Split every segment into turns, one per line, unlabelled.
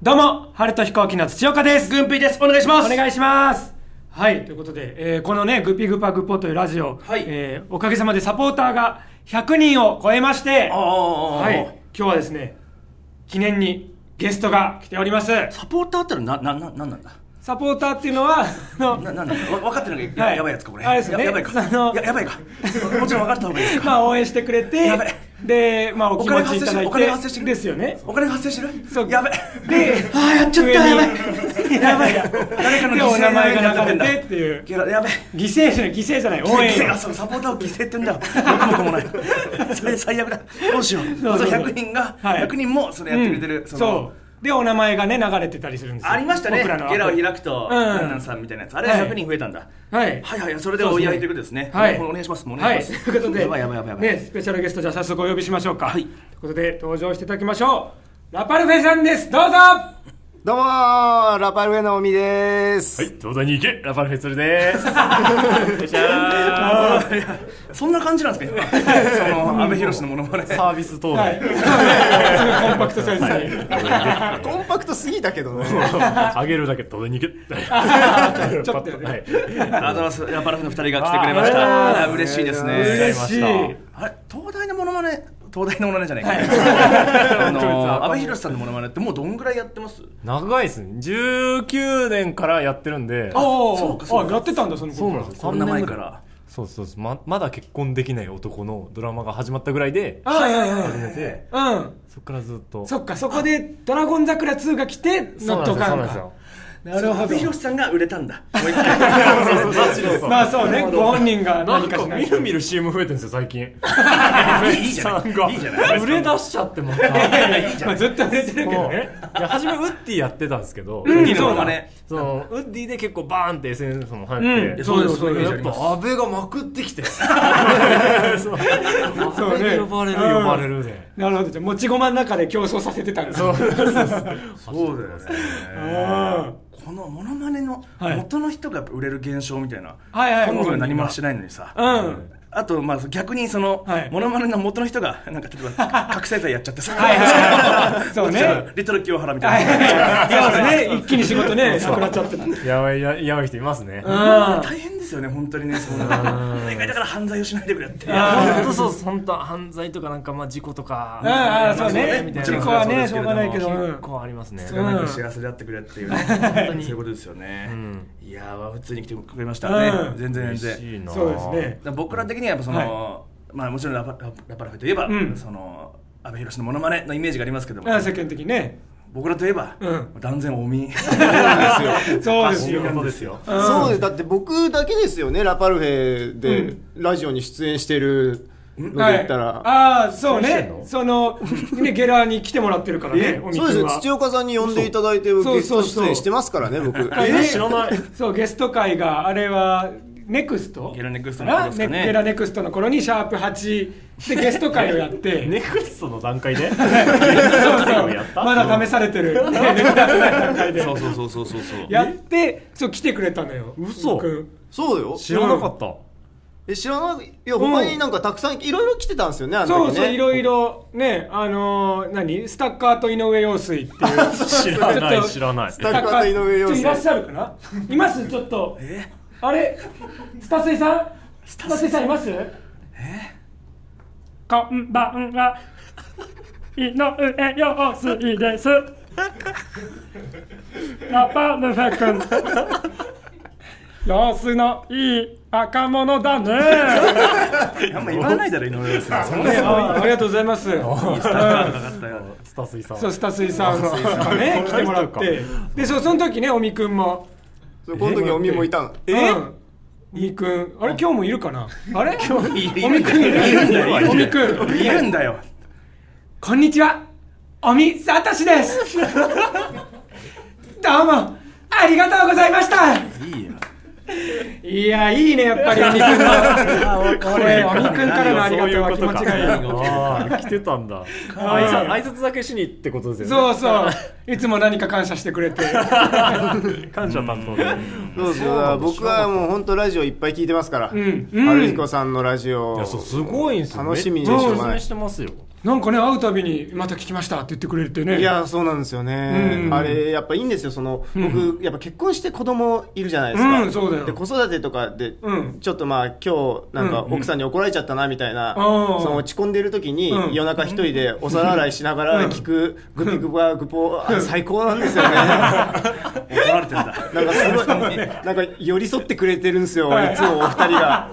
どうも、春と飛行機の土岡です。
軍備です。お願いしま
お
す。
願いします。はい、ということで、えーこのね、グッピグパグッポというラジオ、
はい
えーおかげさまでサポーターが100人を超えまして、
ああ
はい、今日はですね、記念にゲストが来ております。
サポーターってのはな、な、な、なんなんだ
サポーターっていうのは、あの
な、なんだわ分かってるのがや,、
はい
やばいやつか、これ。
あれですよね
ややばいか。
その
ややばいか。もちろん分かった方がいいです
ま
か。
あ応援してくれて
やべ、
で、まあお
お
気
金
持ち
発
いた
生して
だ
る。
い、
お金発生しててる。
ですよね。
お金発生してる
そう
やばい。
で、
ああ、やっちゃった、や ばい。やばい。誰かの
で、
犠
お
牲
名前
や
が
ば
流れ
い
てっていう。
やばい。やばい。
犠牲者、犠牲じゃない、応援
犠牲
よ
あ。そうサポーターを犠牲って言うんだ元も子もないそれ最悪だどうしよう
そうそうそう
その100人が、
はい
100人もそれやってくれてる、
うん
その
そうでお名前がね流れてたりするんですよ
ありましたね
僕らの
ゲラを開くと、
うん
なんなんさんみたいなやつあれが
はい
100人増えたんだ、
はい
はいはいそれでお祝いということですね。
はい
お願いします。お
は
願い
い
します。
ということで
やばいやばいやばい。
ねスペシャルゲストじゃあ早速お呼びしましょうか
はい
ということで登場していただきましょうラパルフェさんですどうぞ
どうもーラパルフェのおみでーす、
はい、東大に行けラパルフェツルです。
あーいやそんな感じな んですか今。その安部寛のものまね。
サービス東
は
大。
いすごいコンパクトセンス
コンパクトすぎたけどね
あげるだけ東大に行け。
にちょっと
はい
ね。
あざます。ラパラフの二人が来てくれまし
あ
た。
ー
あ嬉しいですね。
嬉しい
ありがとうござ
あ
いま
れ東大のものまね東大のものまねじゃないか。あ
ごめんなさい
の安部寛さんのものまねってもうどんぐらいやってます？
長いですね。19年からやってるんで。
おー
そうかそうか
あやってたんだその
そうなんですよ。
こんな前から。
そうそうそう。ま、まだ結婚できない男のドラマが始まったぐらいで、
あはいはいはい
始めて、
うん
そっからずっと。
そっかそこで「ドラゴン桜2」が来て
そ
ノ
う
ッ
な
ト
んで
カンが
すよ。そうなんですよ。
なるほ
安
ど
部寛さんが売れたんだ。もう一回。
そうそうそうそ う
まあそうね
なるほど
ご本人が
な
何
ん
か
か
しない
みるみる CM 増えてるんですよ最近
いいじゃない。いいじゃない。
売れ出しちゃってもた
いいじゃ
まあ
ない。
ずっと売れてるけど
もう
ね
いや初めウッディやってたんですけど、
ウッディのモノマネ
そのウッディで結構バーンって SNS も入って、
うん
や
そうですそうです。
っぱ安倍がまくってきて そう
そう
安
ね
倍に呼ばれる呼
うん
ばれるで、
なるほどじゃあ持ち駒の中で競争させてたんだ
そう
そうだよね。
あ
このモノマネの
はい
元の人がやっぱ売れる現象みたいな、
はいはい
本人は何もしてないのにさ、
あうん
あとまあ逆にその、
はい
モノマネの元の人がなんか例え ば覚醒剤やっちゃってさ、
はいはいはいそうね
リトル清原み
は
た
い
いな、
はいそうですね一気に仕事ねなくなっちゃってたうん
やばいややばい人いますね
大変ですよね本当にねそのお願いだから犯罪をしないでくれって。
あ
本当そう本当犯罪とかなんかまあ事故とか
うんああそう
まあ
ね
そうね
事故はね
もち
し
ろ
ょうんが
それ
な
はいそ
け
うで
ど
すけ
うん
構ありますね
なんか幸せであってくれっていうね、そういうことですよね、
ん
いやー普通に来てくれましたね、
うん
全然全然
嬉しいな
そうですね
だから僕ら的にはやっぱその、まあもちろんラパララパラフェといえば、
うん
その阿部寛のモノマネのイメージがありますけども、
ああ世間的にね
僕らといえば、
うん
断然お み
そうです
そ うい
よ
うことですよ
そうですだって僕だけですよねラパルフェ
う
で
ん
ラジオに出演してるので言ったら、
ああそう
そうしてん
ね
の
そのねゲラに来てもらってるからねおみくん
そう
は
ですよ土岡さんに呼んでいただいて
そう
ゲス
そう
ト
そう
出演してますからね僕
え
えー知らない
そうゲスト会があれはネクスト
ゲラネクストの頃ですかね
なゲラネクストの頃にシャープ8でゲスト会をやって、
ネクストの段階で
そうそ
や
う
った
まだ試されてる、ねネクストの段階で
そうそうそうそうそうそう
やってそう来てくれたのよ
嘘
僕
そうよ
知らな かった、
え知らないいや他になんかたくさんいろいろ来てたんですよねあの
そう
時
そ
ね
ういろい
ろ
ろねあのー何スタッカーと井上陽水っていう
知らな
ちょっ
い
と
知らない
タッカーと井上陽水
ちょっといらっしゃるかないますちょっとあれスタスイさんスタスイさんいますえこんばんは井上陽水ですラパルフェ君様子のいい若者だね
あんま言わないだろ井上さんそんな
ありがとうございます
スタートがかかったよ
スタスイさん
そうスタスイさんがね来てもらってでそうその時ねおみくんも
この時おみもいたの
えみくんあれ今日もいるかな あれ今日
い
おみくん
いるんだよ
おみくん
いるんだよ
こんにちはおみさとしです どうもありがとうございました
いいよ
いやいいねやっぱりおみくんのこれおみくんからのありがとうは気持ちがいい
ああ来てたんだ挨拶挨拶だけしにってことです
そ
よ
う
ね
そういつも何か感謝してくれて
感謝担当で
そうそうだから僕はもう本当ラジオいっぱい聞いてますから、
んうん
春彦さんのラジオ
いやそうすごいんですよ
楽しみに
めっちゃ
しょう
おす
が
す
ない
めしてますよ
なんかね会うたびにまた聞きましたって言ってくれてね
いやそうなんですよね、
うん
あれやっぱいいんですよその、
うん
僕やっぱ結婚して子供いるじゃないですか、
うんそうだよ
で子育てとかで、
うん
ちょっとまあ今日なんか
うんうん
奥さんに怒られちゃったなみたいな、
あー
その落ち込んでる時に、
うん
夜中一人でお皿洗いしながら聞く、グピグパ グポあ最高なんですよね
怒られてんだ
なんかすごいなんか寄り添ってくれてるんですよいつもお二人が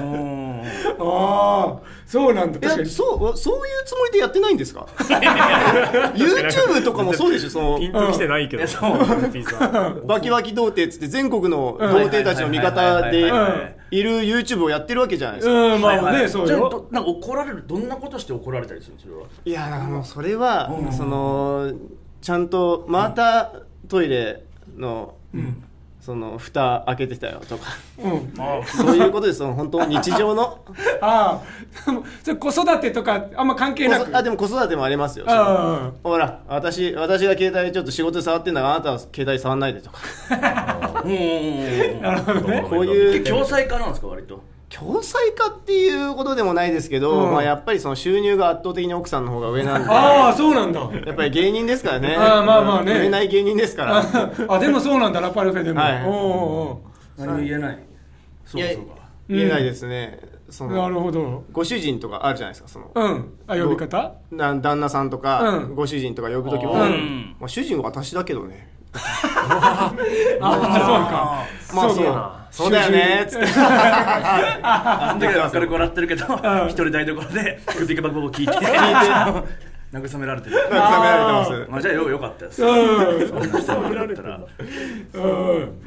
うん
ああそうなんだ
え
確かに
そうそういうつもりでやってないんで すか YouTube とかもそうでしょその
ピンときてないけど、そう、ピーさん。
バキバキ童貞っつって全国の童貞たちの味方で
はいはいはいはい
いる YouTube をやってるわけじゃないですか、
うんまあね、そう
じゃあ
よ
どなんか怒られるどんなことして怒られたりするんですよ
いやなんかもうそれは、
うん
そのちゃんとまたトイレの、その蓋開けてたよとか
うん
あ
そういうことですその本当日常 の
ああそれ子育てとかあんま関係な
こそあ
く
でも子育てもありますよ
あ
そのほら私私が携帯ちょっと仕事で触ってんだからあなたは携帯触んないでとか
うんうんうんうん
なるほどね
こういう
共済化なんですか割と
共済化っていうことでもないですけど、
うん
まあ、やっぱりその収入が圧倒的に奥さんの方が上なんで
ああそうなんだ
やっぱり芸人ですからね。
あーまあまあね
売れない芸人ですから。
あでもそうなんだラパルフェでも、
はい
おうお
何も言えないそうか
いや
そうか
うん
言えないですね。そ
うおうなる
の
ほど
ご主人とかあるじゃないですか。その
うんあ呼び方
な旦那さんとか、
うん
ご主人とか呼ぶ時も、
うん
まあ主人は私だけどね。
ああそうか
まあ
そう
そう
か
そうだ よね。つって。
あの時は明るく笑ってるけど一人台所でグビグバグボ聞いて慰められてる
冷められてま
まあじゃあよよかったです
うん
そんな人もいなかったら
うん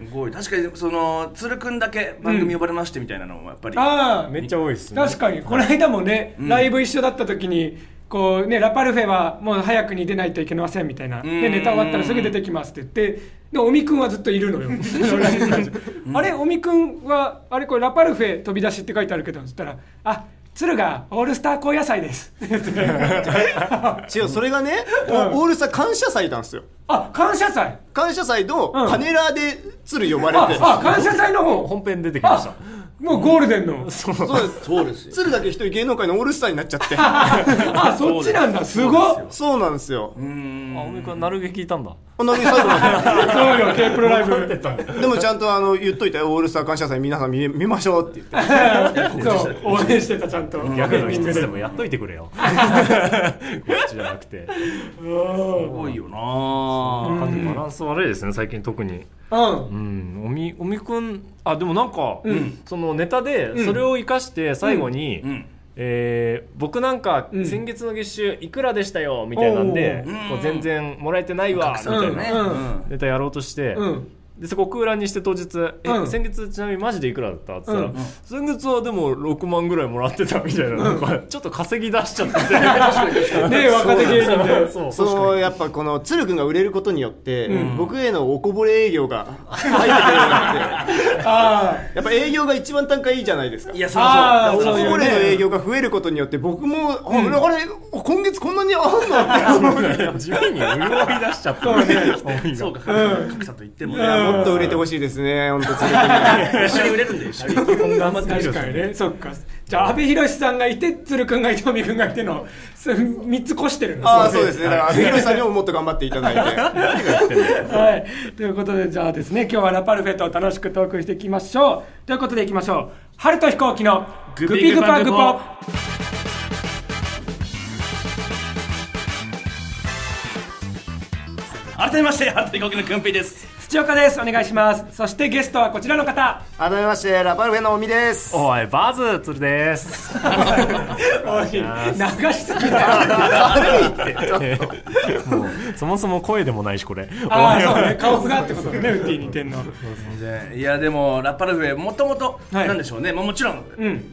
すごい確かにその鶴くんだけ番組呼ばれましてみたいなのもやっぱり、
ああ
めっちゃ多いっすね。
確かにこの間もね、ライブ一緒だった時にこうねラパルフェはもう早くに出ないといけませんみたいな
う
で
ん
ネタ終わったらすぐ出てきますって言ってで尾身君はずっといるのよライブ会場あれ尾身君はあれこれラパルフェ飛び出しって書いてあるけどっつったらあ鶴がオールスター高野菜ですって言って
す。違う、それがね、お
うん
オールスター感謝祭なんですよ。
あ感謝祭
感謝祭の
うん
パネラーで鶴呼ばれ
あ
て。
あ感謝祭の方
本編出てきまし
あ
た。
もうゴールデンの
そうです
そうですよ
鶴だけ一人芸能界のオールスターになっちゃって。
あそっちなんだすごっ
そうなんですよ。
うん
あ、おめくん、なるげ聞いたんだ。
ほんとに最後まで。
そうよ K プロライブ
でもちゃんとあの言っといて、オールスター感謝祭皆さん見見ましょうって言って。
そう応援してたちゃんと
逆の一つでもやっといてくれよ。こっちじゃなくて。
すごいよな
バランス悪いですね、最近特に。
うん
うん、おみ、おみくん、あ、でもなんか、
ん
そのネタで、それを生かして、最後に、
うん
えー僕なんか
うん
先月の月収いくらでしたよみたいなんで、
おー
こう全然もらえてないわみた
ん
い
だ
な、
よ
う
ね、
ん
ネタやろうとして、
うん
でそこ空欄にして当日「え、
うん
先月ちなみにマジでいくらだった?」って言ったら、
うん
先月はでも6万ぐらいもらってた」みたいな,、なんかちょっと稼ぎ出しちゃってて
ね若手芸人で
そう
そのやっぱこの鶴くんが売れることによって、僕へのおこぼれ営業が 入ってくるようになって
あ
やっぱ営業が一番単価いいじゃないですか
いやそりゃそうだ
お
あー
こ
そう
ぼ
よ
れ
ね
の営業が増えることによって僕も、ああれ今月こんなに あんのって
地味に潤い出しちゃった
そうね
帯が
そうか格差と言ってもね、
もっと売れてほしいですね本当鶴くん
一緒に売れるんだよ一緒に
あ 確かにねそっかじゃあ阿部寛さんがいて鶴くんがいて尾身くんがいての3つ越してるん
ああそうですねだから阿部寛さんにももっと頑張っていただいて
はいということでじゃあですね今日はラパルフェットを楽しくトークしていきましょうということでいきましょう春と飛行機のグピグパグポ
改めましてハッピーコキのくんぴーです
土岡ですお願いしますそしてゲストはこちらの方
改めましてラパルフェの尾身です
おいバズ鶴です
おい流しすぎ た
もうそもそも声でもないしこれ
ああそうね顔がってことだ ねウッディに似てんの
いやでもラッパルフェもともと
はい
なんでしょうね、まあ、もちろん、
ん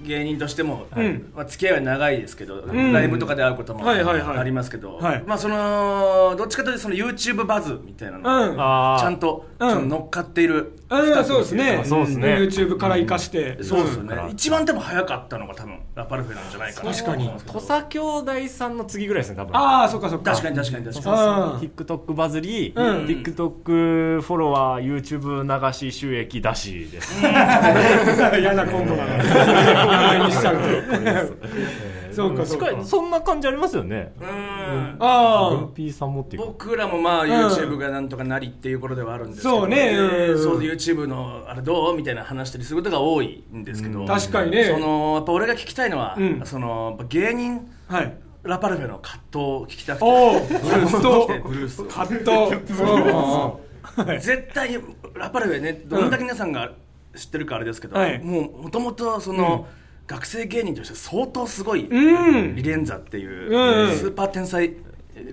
芸人としても、
ん
まあ、付き合いは長いですけど、ライブとかで会うことも
はいはいはい
ありますけど、
はい
まあそのどっちかというとその YouTube バズみたいなのが、
うん
あー
ちゃんと、
うん
その乗っかっている
うんそうですね
そうですね
YouTube から生かして
そうですよね、
うん
一番多分早かったのが多分ラパルフェなんじゃないかな
確かに
土佐兄弟さんの次ぐらいですね多分
ああそっかそっか
確かに確かに確かに
あ
TikTok バズり、
うん
TikTok フォロワー YouTube 流し収益出しです、
あ嫌なコンボだな名前にしちゃうとそうかそうか
近いそんな感じありますよね
うん
あ
グ
あ
ンピーさんもっていうか
僕らもまあ
ん
YouTube がなんとかなりっていう頃ではあるんですけど
そうね
で
うん
そう YouTube のあれどうみたいな話したりすることが多いんですけど、
うん
確かにね
そのやっぱ俺が聞きたいのは、
うん
そのやっぱ芸人
はい
ラパルフェの葛藤を聞きたくて
おおブルースと
ブルース
カットうん
絶対ラパルフェねどんだけ皆さんが知ってるかあれですけど、
はい
もうもともとその、学生芸人として相当すごい、
うん
リレンザっていう、
うんうん
スーパー天才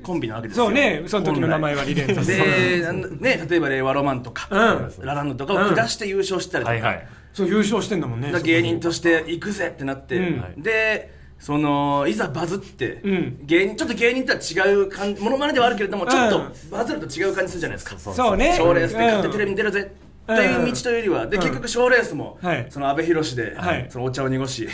コンビなわけですよ
そうねその時の名前はリレンザ
で
そう
なんね例えば令和ロマンとか、
うん
ラランドとかを下して優勝したりとか,、
はいはい
そう優勝してんだもんね
だから芸人として行くぜってなって、
う
でそのいざバズって、
うん
芸人ちょっと芸人とは違う感じものまねではあるけれどもちょっ
う
と
ん
バズると違う感じするじゃないですか
そうそうね
賞レースで勝って
うん
テレビに出るぜっていう道というよりは、で
うん
結局賞レースも、
はい
その阿部寛で、
はい
そのお茶を濁し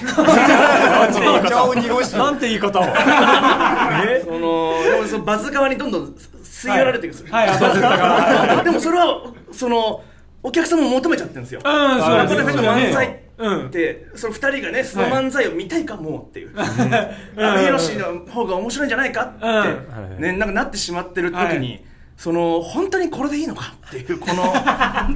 を濁しなんて言い方をえ
そのでもそのバズ側にどんどん吸い寄られていくんですよ
はいはいバズったか
でもそれはそのお客様も求めちゃってるんです よ、
うんそう
ラ
だ
パ
ね
ルフェの漫才
うん
で、その二人がねその漫才を見たいかもうっていう阿部寛の方が面白いんじゃないかって、
うん
ね、なんかなってしまってる時に、
はい
その本当にこれでいいのかっていうこ のモノマ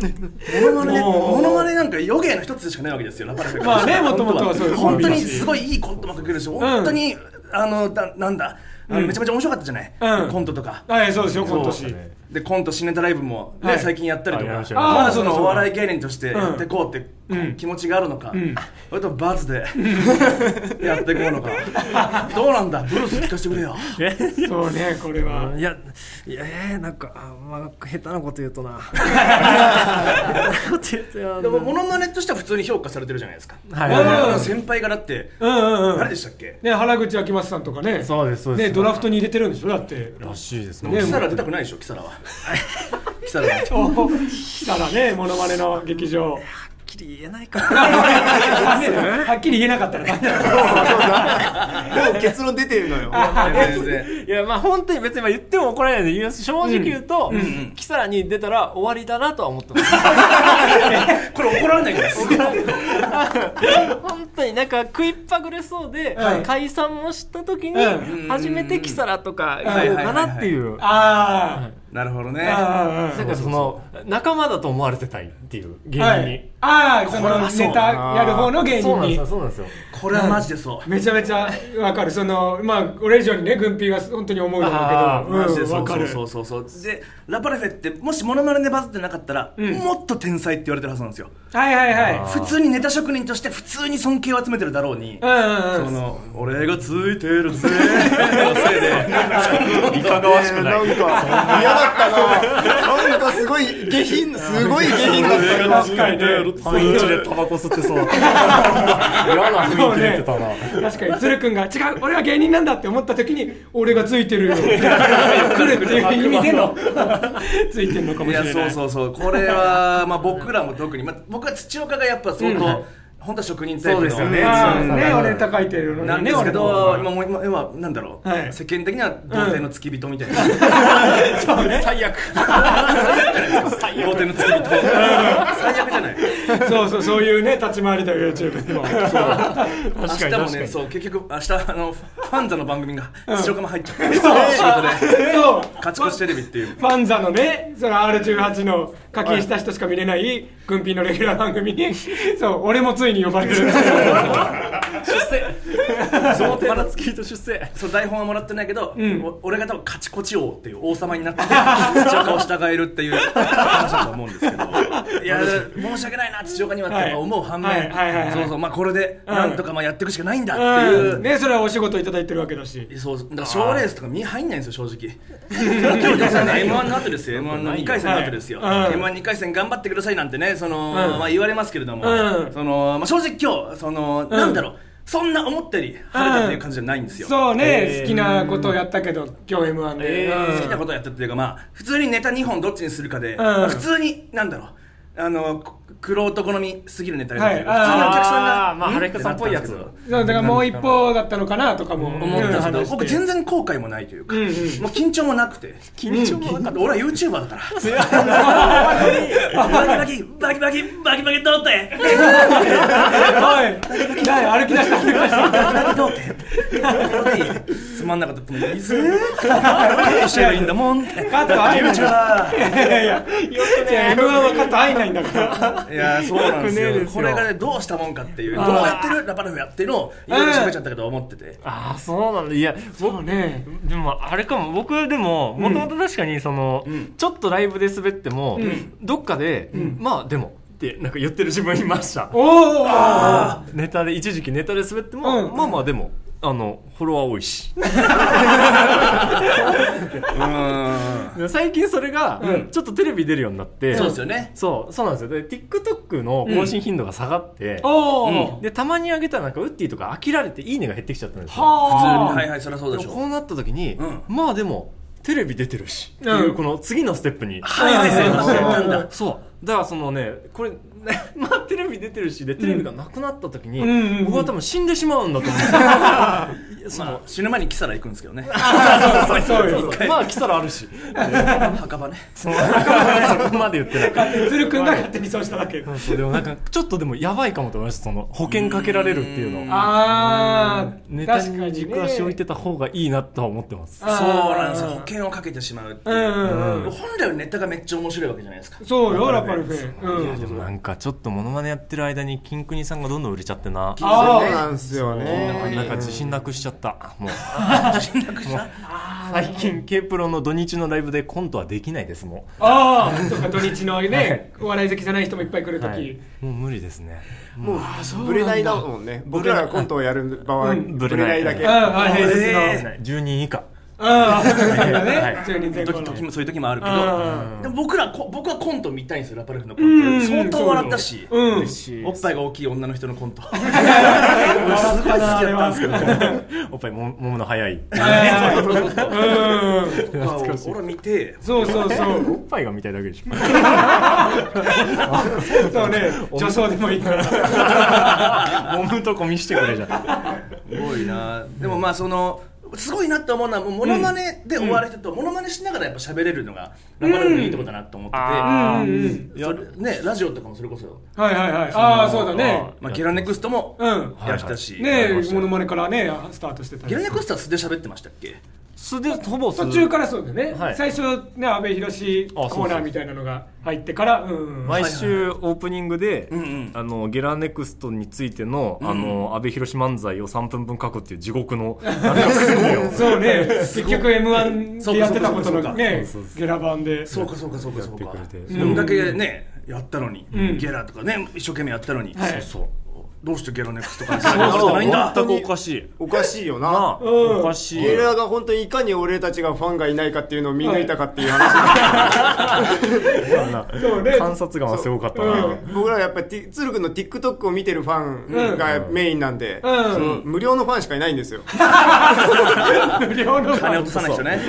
ネモノマネなんか余芸の一つしかないわけですよラパルフェが
まあね元々はそうです
本当にすごいいいコントも書けるし本当に、あのだなんだあの
うん
めちゃめちゃ面白かったじゃない、
うん
コントとか
はいそうですよ今
そ
年
うでコントシネタライブも、ね
はい
最近やったりと
あやり
か
ましたよね
ま
あ
あ
ーそう
そ
だそうだ
のお笑い芸人としてやっていこうっ
う
て、
ん
気持ちがあるのか、
ん
それともバズで やっていこうのかどうなんだブルース聞かせてくれよ
そうねこれは
うんいや、いや、えー、なんか、あまあ、下手なこと言うとな。下手なこと言うとな
でもモノマネとしては普通に評価されてるじゃないですか、
はい
うん先輩がだって、
うんうんうん
誰でしたっけ
ね原口あきまさんとかね
そうですそうです
ねドラフトに入れてるんでしょだって
らしいです
ね
ね
キサラ出たくないでしょキサラはキサラは
おお 来たらねモノマネの劇場
はっきり言えないから。
はっきり言えなかったら
もう結論出てるのよ。
全然
いやまあ本当に別にまあ言っても怒られないんで言います正直言うと、キサラに出たら終わりだなとは思ってます
これ怒られない んです
本当になんか食いっぱぐれそうで、
はい
解散もした時に、
う
初めてキサラとか
はい
言おうかなっていう。
あ
なるほど
あ
ね
あ
なんかその仲間だと思われてたいっていう芸人に、
はいああそ
これ
の
はそう
ネタやる方の芸
そう
人
なんで
に
すよそうなんですよ
これはマジでそう
めちゃめちゃわかるそのまあ俺以上にね軍ピーが本当に思うだ
あ
ろ
ー
う
マジ
け
で
ど
そ
わ
う
か
そう
る
そうそうそうでラパルフェってもしモノマネでバズってなかったら、
うん
もっと天才って言われてるはずなんですよ
はいはいは
普通にネタ職人として普通に尊敬を集めてるだろうに、
いうんう
そ
んうん
の俺がついてる ぜのせいで
いかがわしくない、
んか、嫌だったな。なんかすごい下品、すごい下品だった。
俺がついてるぜ
半日でタバコ吸っ てそうだった嫌な雰囲気出てたな、
確かに鶴くんが「違う俺は芸人なんだ」って思った時に「俺がついてるよ」来るっていう意味でのついてるのかも
い
しれ
や
ない
そうそうそうこれは、まあ、僕らも特に、まあ、僕は土岡がやっぱ相当、本当は職人タイプの
そうですよ
あ
う
ー
ん
ね俺高いてるの
なん
に
で
ね
すけ
俺
ど、
も
今もう今今なんだろう、
はい
世間的には童貞の付き人みたいな、最悪童貞の付き人最悪じゃない
そうそうそういうね立ち回りだよ YouTube でも
明
確かに
日も
確か
ね
に
そう結局明日あのファンザの番組が土岡も入っちゃって、仕事で
そう
勝ち越しテレビっていう
ファンザのね、その R18 の課金した人しか見れない、軍品のレギュラー番組に、そう、俺もついに呼ばれてるんですよ。
童貞の付き人出世そう台本はもらってないけど、お俺が多分勝ちこち王っていう王様になって土岡を従えるっていう話だと思うんです けどいや申し訳ないな土岡にはって思う反面、
はいはいはいはい
そうそうまあこれで
うん
なんとかまあやっていくしかないんだっていう、
うんね、それはお仕事いただいてるわけだし。
そうだから賞レースとか身入んないんですよ正 直 m 1の後ですよ m 1の2回戦の後ですよ、
はいうん
m 1 2回戦頑張ってくださいなんてねその、
うん
まあ、言われますけれども、
うん
そのまあ、正直今日その、なんだろうそんな思ったより晴れたっていう感じじゃないんですよ、
そうね、
えー
好きなことをやったけど、今日 M1 で。
えー
うん
好きなことやったっていうかまあ普通にネタ2本どっちにするかで、
うん
普通になんだろうあのく黒男好みすぎるネタが出てる、
はい
普通のお客さん
あ
が
ーまあ
ん
春彦さんっぽいやつ
てなったんです
そうだからもう一方だったのかなとかも
けど思ったんですけど、
うん
僕全然後悔もないというか、
うんうん
もう緊張もなくて
緊張もなかっ
俺は YouTuber だからバキバキバキバキバキバキどうって
おいない歩き出した歩き出した
どうってつまんなかったと思うずーっとどうしてばいいんだもんって
カット入らないいやいやいや M1 はカット入んないんだから
いやーそうなんです
よくねえ
よ
ですよ
これがねどうしたもんかっていうど
あ
う
ー
やってるラパルフやってるのをいろいろ喋っちゃったけど思ってて
ああそうなんだいや僕
そうね
でもあれかも僕でももともと確かにその、
うん
ちょっとライブで滑っても、
ん
どっかで、まあでもってなんか言ってる自分いました
おー
ネタで一時期ネタで滑っても、
うん
まあまあでもあのフォロワー多いしで最近それが、
うん
ちょっとテレビ出るようになって
そうですよね
そうそうなんですよで TikTok の更新頻度が下がって、
おー
でたまに上げたらなんかウッディとか飽きられて「いいね」が減ってきちゃったんですよ
普通に
は
はいはいそりゃそう
で
で
も
しょ
こうなった時に、
うん
まあでもテレビ出てるし、
うん
っていうこの次のステップに
はいはいはいはい
そうだからそのねこれね まあテレビ出てるしでテレビがなくなった時に、
うんうんうん
僕は多分死んでしまうんだ と思うんですよ
まあ死ぬ前にキサラ行くんですけどね
そう
そう よ
そうまあキサラあるし
墓場ね
その そこまで言ってない
い鶴くんが勝手にそうしただけ
そうでもなんかちょっとでもやばいかもと思いましたその保険かけられるっていうのを
あ
ネ
あ
タ
確か
に
に
軸足置いてた方がいいなとは思ってます
そうなんですよ保
よ
険をかけてしまうって
う
い
んう
うん
うん
本来のネタがめっちゃ面白いわけじゃないですか
そうよラパルフェう
いやでも
ん
なんかちょっとモノマネやってる間にキンクニさんがどんどん売れちゃってな
あー
そうなんですよね
なんか自信なくしちゃったもう最近 K プロの土日のライブでコントはできないですも
ああそうか土日のねお笑い好きじゃない人もいっぱい来る
う、
と
はい
き、
もう無理ですね
もう
そうなんだ
ブレないだもんね僕らがコントをやる場合
ん
ブレないだけ
うんあ平日の
え
10人以下
ああそうだ
はい
ね10人 前後
時
の
時もそういう時もある
う
けどでも僕らこ僕はコント見たいんですよラパルフのコント相当笑ったし
うん
嬉しい
おっぱいが大きい女の人のコントすごい好き
たな
だったんですけど
おっぱいも揉むの早い
はいうん
とかを俺見て
そうそうそ
お
う
っぱいが見たいだけでしょ
そう ね女装でもいいから
揉むとこ見してくれじゃん
すごいなでもまあそのすごいなって思うのはもうモノマネで終わる人とモノマネしながらやっぱ喋れるのがラパルフのいいとこだなと思ってて
う
あ
んうん
ー
それねラジオとかもそれこそ
はいはいはいああそうだね
まあゲラネクストも
うん
やってたし
ねえモノマネからねスタートしてたり
ゲラネクストは素で喋ってましたっけ
素でほぼ素
途中からそうだね、
はい
最初ね阿部寛コーナーみたいなのが入ってからうん
毎週オープニングで、
うんうん
あのゲラネクストについての、
ん
あの安倍博漫才を3分分書くっていう地獄の
そう ね結局 m 1でやってたこと
そう
の
かそうかそうか
ね
そうそうそう
ゲラ版で
そうかそうかそうかそう
やっ
か
てくれ
そ
て
んだけねやったのに
うん
ゲラとかね一生懸命やったのに
はい
そう
どうしてゲラネクストとかに参加してないんだ
全くおかしい
おかしいよ
なあ
な
うん
おかしい
ゲラが本当にいかに俺たちがファンがいないかっていうのを見抜いたかっていう話
そうね
観察眼はすごかったな、
僕らはやっぱりティ鶴くんの TikTok を見てるファンがメインなんで、
うん
その無料のファンしかいないんですよ
無料の
金落とさない人ね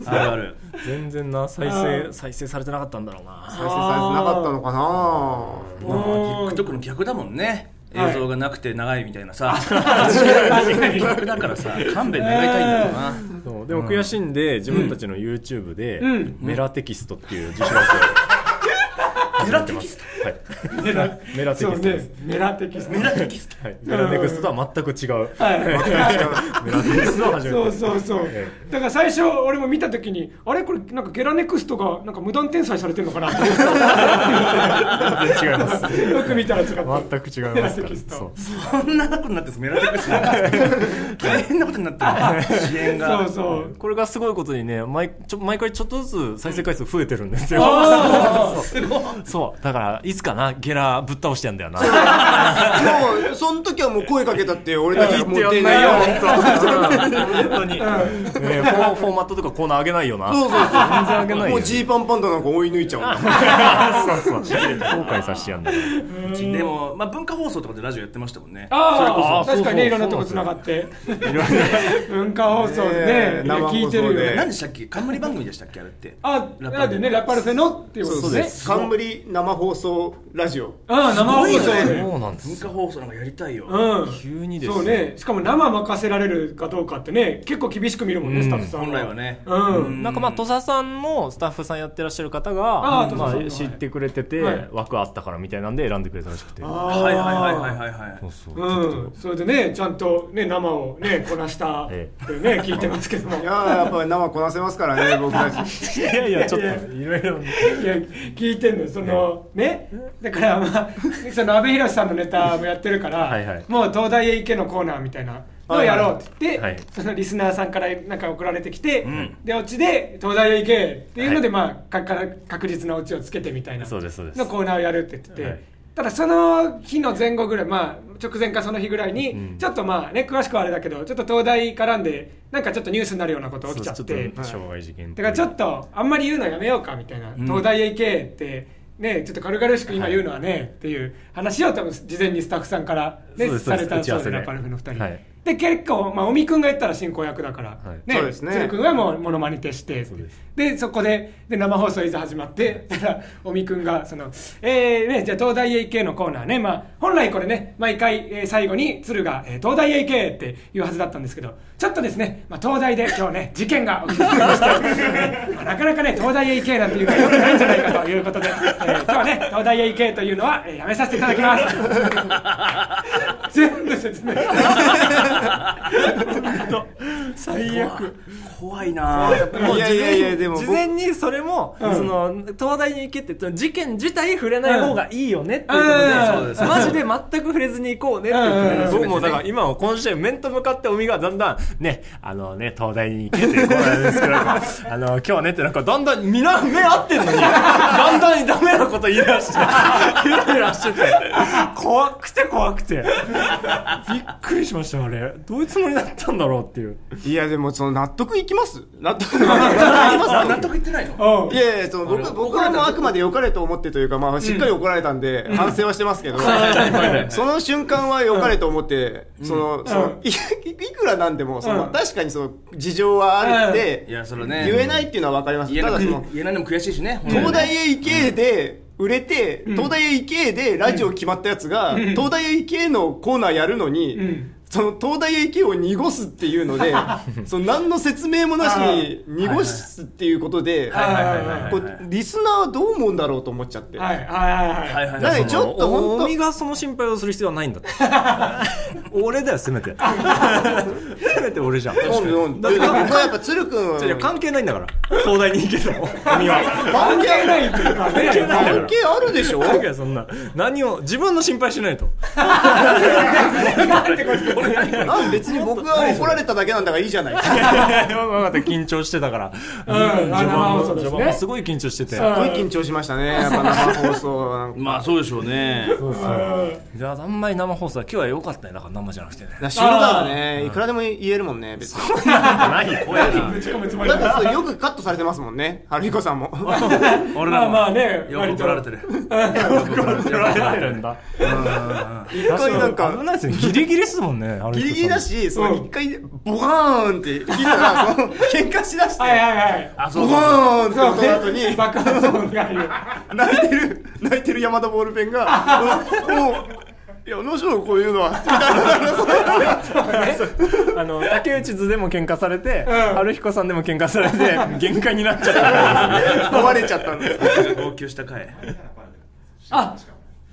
うんあるある
全然な再
う
生再生されてなかったんだろうな
再生されてなかったのか
うん
な
TikTok の逆だもんね
はい
映像がなくて長いみたいなさ逆だからさ勘弁願いたいんだろうな
そうでも悔しいんで、自分たちの YouTube で、
うん
メラテキストっていう辞書を、はい
ゲラテキス
メラ
メラテキ
そ
ス
う
トです
ねメラ的です
トゲラテキスト
はい、ゲラネクストとは全く違う、
はい
メラテキストを始め
そ
て
うそうそう
え
だから最初俺も見た時にあれこれなんかゲラネクストがなんか無断転載されてるのかなって
全然違います
よく見たら違った
全く違い
メラ
ますか
テ
ら
キスト
そう
そんなことになってますメラテキストなんて大変なことになってる支援が
そうそう
これがすごいことにね毎ちょ毎回ちょっとずつ再生回数増えてるんですよ、
あ
すごい
そうだからいつかなゲラぶっ倒してやんだよな
もうその時はもう声かけたって俺たちはもう出ないよ
本当 に、ね、フォフォーマットとかコーナー上げないよな
そうそうそう
全然上げない
も
よ
うジーパンパンダなんか追い抜いちゃうんだ
そうそう後悔させてやんだよ
でも、まあ、文化放送とかでラジオやってましたもんね
ああ
それ
確
こそ
かにねい
そ
ろな
うんそう
とこつながって文化放送
ね
でね
え生放送で
聞いてるよ
え
ね
何でしたっけ冠番組みでしたっけあれって
あ
ラ
ラ
パルフェ
でねラパルフェのっていうこと
そう
ね
です冠日生放送ラジオ
ああ生放送で、
そうなんです
文化放送なんかやりたいよ、
うん
急にです
そうねしかも生任せられるかどうかってね結構厳しく見るもんね、スタッフさん
本来はね
うん、
なんかまあ土佐さんのスタッフさんやってらっしゃる方が
あー土
ま
佐さん
あ
はい
知ってくれてて、
はい
枠あったからみたいなんで選んでくれたらしくてそ
はいはいはいはいはいはいう
そう
うん、それでねちゃんとね生をねこなしたってね
え
聞いてますけども
いやーやっぱり生こなせますから ね僕たち
いやいやちょっといろいろ
いや聞いてんのよそのねだからまあその阿部寛さんのネタもやってるから
はいはい
もう東大へ行けのコーナーみたいなのをやろうって言って、
はいはいはい
そのリスナーさんからなんか送られてきて、
ん
でオチで東大へ行けっていうので、
はい
まあかから確実なオチをつけてみたいな
そうですそうです
のコーナーをやるって言ってて、
はい
ただその日の前後ぐらいまあ直前かその日ぐらいに、
うん
ちょっとまあね詳しくはあれだけどちょっと東大絡んでなんかちょっとニュースになるようなこと起きちゃって。
ょっと傷害事件
だからちょっとあんまり言うのやめようかみたいな、東大へ行けってねちょっと軽々しく今言うのはね、っていう話を多分事前にスタッフさんから、ね、
そうです
された
そうです
そ
打ち合わ
う
せ
で
で
ラパルフの2人、
はい
で結構、まあ、尾身君が言ったら進行役だから、
はい
ね
そうですね
鶴君はもうモノマネ徹して
そうです
でそこでで生放送いざ始まってたら尾身君がその、えーね、じゃあ東大へ行けのコーナーね、まあ、本来これね毎回、えー最後に鶴が、えー東大へ行けって言うはずだったんですけどちょっとですね、まあ、東大で今日ね事件が起きてしまいました まあなかなかね東大へ行けなんていうのはよくないんじゃないかということで、えー今日はね東大へ行けというのは、えーやめさせていただきます 全部説明
最悪
怖いなぁ
もう
い
事
やいやいや
前
でも僕
に事前にそれも、
うん
その東大に行けって言った事件自体触れない方がいいよねっていうこと
うん
うん
で、マジで全く触れずに行こうねって言ってたんです
うん
僕もだから今も今週面と向かっておみがだんだんねあのね東大に行けっていうコーナーですけど あの今日ねってなんかだんだんみんな目合ってんのにだんだんダメなこと言い出してゆらゆらしてて怖くて怖くてびっくりしましたあれどういうつもりだったんだろうっていう
いやでもその納得いきます納得納得いきます
あ納得いってないの
うん
いやいやその僕僕はもうあくまで良かれと思ってというか、まあ、しっかり怒られたんで、反省はしてますけど、その瞬間は良かれと思って、そのそのいいいくらなんでもその、
うん
確かにその事情はあるって、
いやそれね
言えないっていうのは分かります
言え
た
な
だ
く
そ
て
の
も言えないのも悔しいしね
東大へ行けで売れて、東大へ行けでラジオ決まったやつが、東大へ行けのコーナーやるのに、
ん
その東大へ行けを濁すっていうので その何の説明もなしに濁すっていうことで、
はいはい
はいはい
こうリスナーはどう思うんだろうと思っちゃって、
はいはいはい
は
はい
いはい
な
は
ん
い
でちょっと
おお
本
みがその心配をする必要はないんだって 俺だよせめ てせめて俺じゃん
当うんうんだって僕はやっぱ鶴くんは
じゃあ関係ないんだから東大に行けたのおみは
関
関係
係
ないっていうかね
係ない
関係あるでしょ
だからそんな何を自分の心配しないと
なん別に僕は怒られただけなんだからいいじゃないですか
分かった緊張してたから
うん
序盤
あ
も
そうですね
序盤もすごい緊張してて
そう
すごい緊張しましたねやっぱ生放送はなんか
まあそうでしょうね
いやあんまり生放送は今日は良かったよだから生じゃなくてね
だから塩だからねいくらでも言えるもんね別に
ないよ
怖いな
ぶち込むつもり
だって
だ
それよくカットされてますもんね春彦さんも
俺
ま
ら
あ
も
まあね
よく怒られてる怒
取られてるんだ
一回なん
危
か
ないですねギリギリですもんね
ギリギリだしその一回ボカーンって聞いたらその喧嘩しだして
はいはいはい
あそ
ボ
うそう
カーンって音の後に
爆発音がいる
泣いてる泣いてる山田ボールペンが もうもういや面白いこういうのはみたい
あの竹内図でも喧嘩されて、
ん
春彦さんでも喧嘩さ れて限界になっちゃったから
な壊れちゃったんです
号泣した回
あ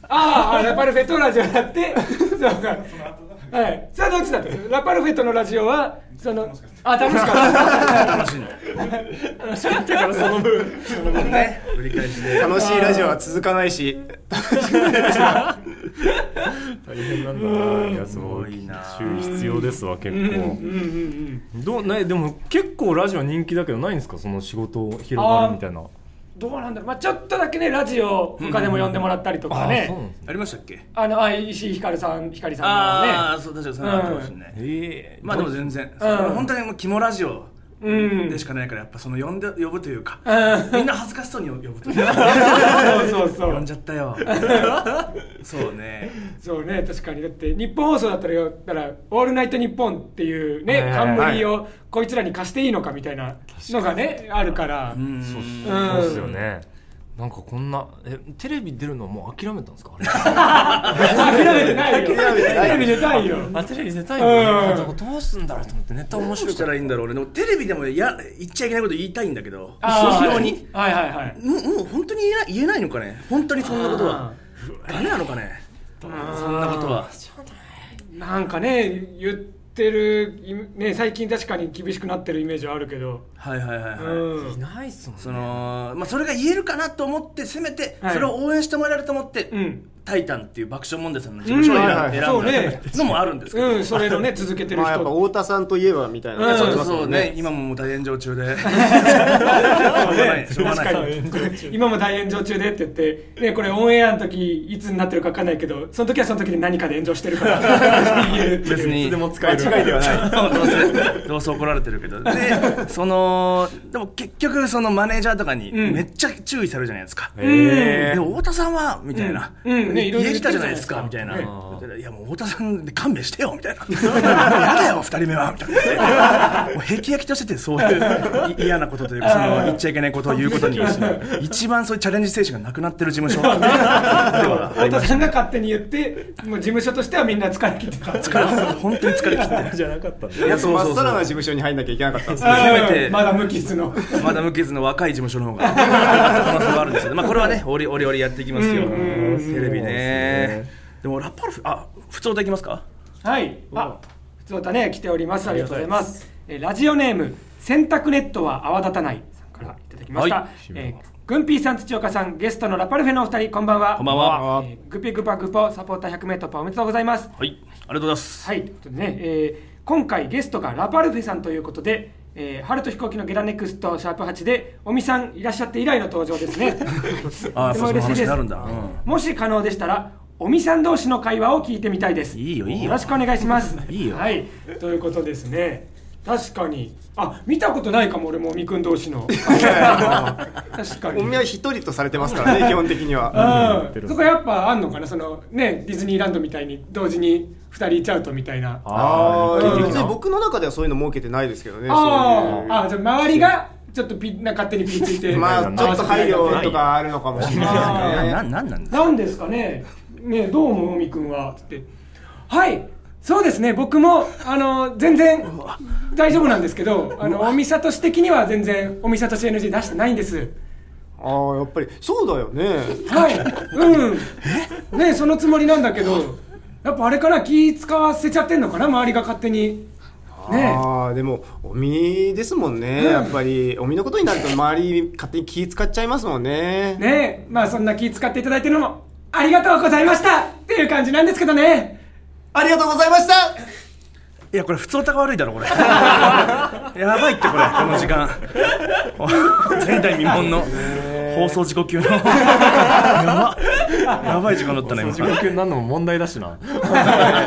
ああラパルフェットのラジオや ってそうかはいさあどっちだってラパルフェットのラジオはそのあ楽しかった
楽しいの
だからその分
その分ね繰り返しで
楽しいラジオは続かないし
大変なんだないやすご
すごい
い
な
注意必要ですわ結構、
うんうんうん
どうねでも結構ラジオ人気だけどないんですかその仕事広がるみたいな
どうなんだろうまあちょっとだけねラジオ他でも呼んでもらったりとか
あそうなん
ね
ですね
ありましたっけ
あのあ石井ひかるさんひかりさ
ああそう確かにそんなのあったかもしれない
ええ
まあでも全然、
うん
本当にもう肝ラジオ
んのねうん
でしかないからやっぱその呼んで呼ぶという か、
う
みんな恥ずかしそうに呼ぶという
そうそうそ
呼ん
う
じゃった よそうね
そうね確かにだって日本放送だったらよだから「オールナイトニッポン」っていうね
はい
冠をこいつらに貸していいのかみたいなのがねあるから
うん
そうっすよねなんかこんなえテレビ出るのもう諦めたんですかあれ
諦めてないよ
諦めてない
テレビ出たいよ
あテレビ出たいんだ、
う
ね、どうすんだろうと思ってネタ面
ど
白
う
い
したらいいんだろう俺でもテレビでもや言っちゃいけないこと言いたいんだけど
あー
非常に
はいはいはい
もうもう本当に言えない言えないのかね本当にそんなことはダメなのかねそんなことは
なんかね言ってるいね最近確かに厳しくなってるイメージはあるけど
はいはいはいはい、
うん
いないっすもんね
そのまあ、それが言えるかなと思ってせめて
はい
それを応援してもらえると思って「
うん
タイタン」っていう爆笑問題さんの事務所を選んだ
うん
選ん
は
だ
いはい
のもあるんですけど、
うんそれのね続けてる
まあやっぱ
人
太田さんといえばみたいな、
うん
そう
あり
そ
ま
う
すも
そうんね今ももう大炎上中でしょうがないしょうが
確
ない
かに今も大炎上中でって言って、ね、これオンエアの時いつになってるか分かんないけどその時はその時で何かで炎上してるから言えるっていう
別に
でも使える間違いではない
どうせどうせ怒られてるけどでそのでも結局そのマネージャーとかに
ん
めっちゃ注意されるじゃないですか、
へ
でも太田さんはみたいな、
うんうんねいろいろ
家来たじゃないですかみたいな、
ね
いやもう太田さんで勘弁してよみたいなやだよ2人目はみたいなもう辟易としててそういうい嫌なことというかその言っちゃいけないことを言うことに一番そういうチャレンジ精神がなくなってる事務所では あ
太
りま
田
す
さんが勝手に言ってもう事務所としてはみんな疲れ切ってた
疲れ本当に疲れ切ってる
じゃなかったんだ
やっとま
そうそうそう
っさらな事務所に入んなきゃいけなかったんですね
せめて
うんまだ無傷の
まだ無傷の若い事務所の方が可能性はあるんですけど、まあ、これはね折り折りやっていきますよ、テレビねでもラッパルフあ普通でいきますか
はいあ普通歌ね来ておりますありがとうございますえーラジオネーム洗濯ネットは泡立たないさんからいただきました、
はい
えーグンピーさん土岡さんゲストのラパルフェのお二人こんばんは
こんばんは
えーグピグパグポサポーター 100m パおめでとうございます
はいありがとうございます
はい、ということでね、えー今回ゲストがラパルフェさんということで、えー、春と飛行機のゲラネクストシャープ8で、尾身さんいらっしゃって以来の登場ですね。
ああ
とても
そうそう
嬉しい
話
で
に
す
なるんだ、う
もし可能でしたら、尾身さん同士の会話を聞いてみたいです。
いいよいいよ
ろしくお願いします。
いいよ
はい、ということですね。確かに、あ、見たことないかも、俺も尾身君同士 の。確かに。
お見合い一人とされてますからね基本的には
うん、そこやっぱあんのかなそのねディズニーランドみたいに同時に2人いちゃうとみたいな
あ
ー
あ別に僕の中ではそういうの設けてないですけどねそう
あ
い
ーあじゃあ周りがちょっとピな勝手にピンついて
うまあちょっと配慮とかあるのかもしれ
ん
ないです
な
ね
なんなんですか
なんですかねねどう思うみくんはつってはいそうですね僕もあの全然大丈夫なんですけどあのおみさとし的には全然おみさとし NG 出してないんです
ああやっぱりそうだよね
はいうんねそのつもりなんだけどやっぱあれから気使わせちゃってんのかな周りが勝手にね
ああでもおみですもんねやっぱりおみのことになると周り勝手に気使っちゃいますもんね
ねえまあそんな気使っていただいてるのもありがとうございましたっていう感じなんですけどね
ありがとうございました
いやこれ普通歌が悪いだろこ れやばいってこれこの時間前代未聞の放送時刻 級のやばやばい時間だったね今
地獄になるのも問題だし な